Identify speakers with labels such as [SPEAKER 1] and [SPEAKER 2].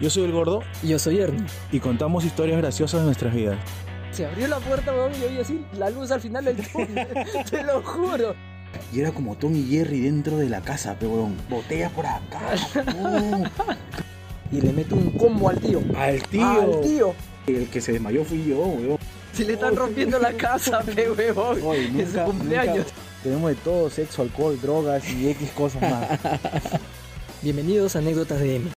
[SPEAKER 1] Yo soy el gordo
[SPEAKER 2] Yo soy Ernie.
[SPEAKER 1] y contamos historias graciosas de nuestras vidas.
[SPEAKER 2] Se abrió la puerta, weón, y yo vi así la luz al final del túnel. Te lo juro.
[SPEAKER 3] Y era como Tom y Jerry dentro de la casa, peón. Botella por acá. pum.
[SPEAKER 2] Y le meto un combo al tío.
[SPEAKER 3] Al
[SPEAKER 2] Al
[SPEAKER 3] tío.
[SPEAKER 2] tío. Oh,
[SPEAKER 3] El que se desmayó fui yo, weón.
[SPEAKER 2] Si le están rompiendo la casa, pe, weón.
[SPEAKER 3] Oye,
[SPEAKER 2] En su
[SPEAKER 3] nunca-
[SPEAKER 2] cumpleaños.
[SPEAKER 3] nunca- Tenemos de todo, sexo, alcohol, drogas y X cosas más.
[SPEAKER 2] Bienvenidos a Anécdotas de M.